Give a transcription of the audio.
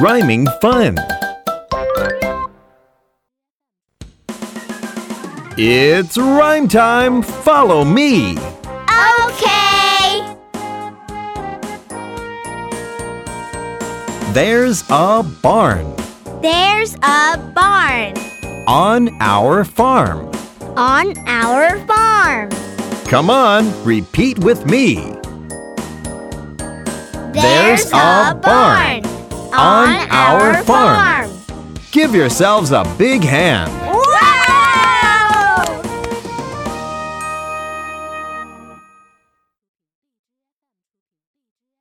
Rhyming fun. It's rhyme time. Follow me. Okay. There's a barn There's a barn on our farm. on our farm. Come on, repeat with me. There's a barn on our farm. Give yourselves a big hand.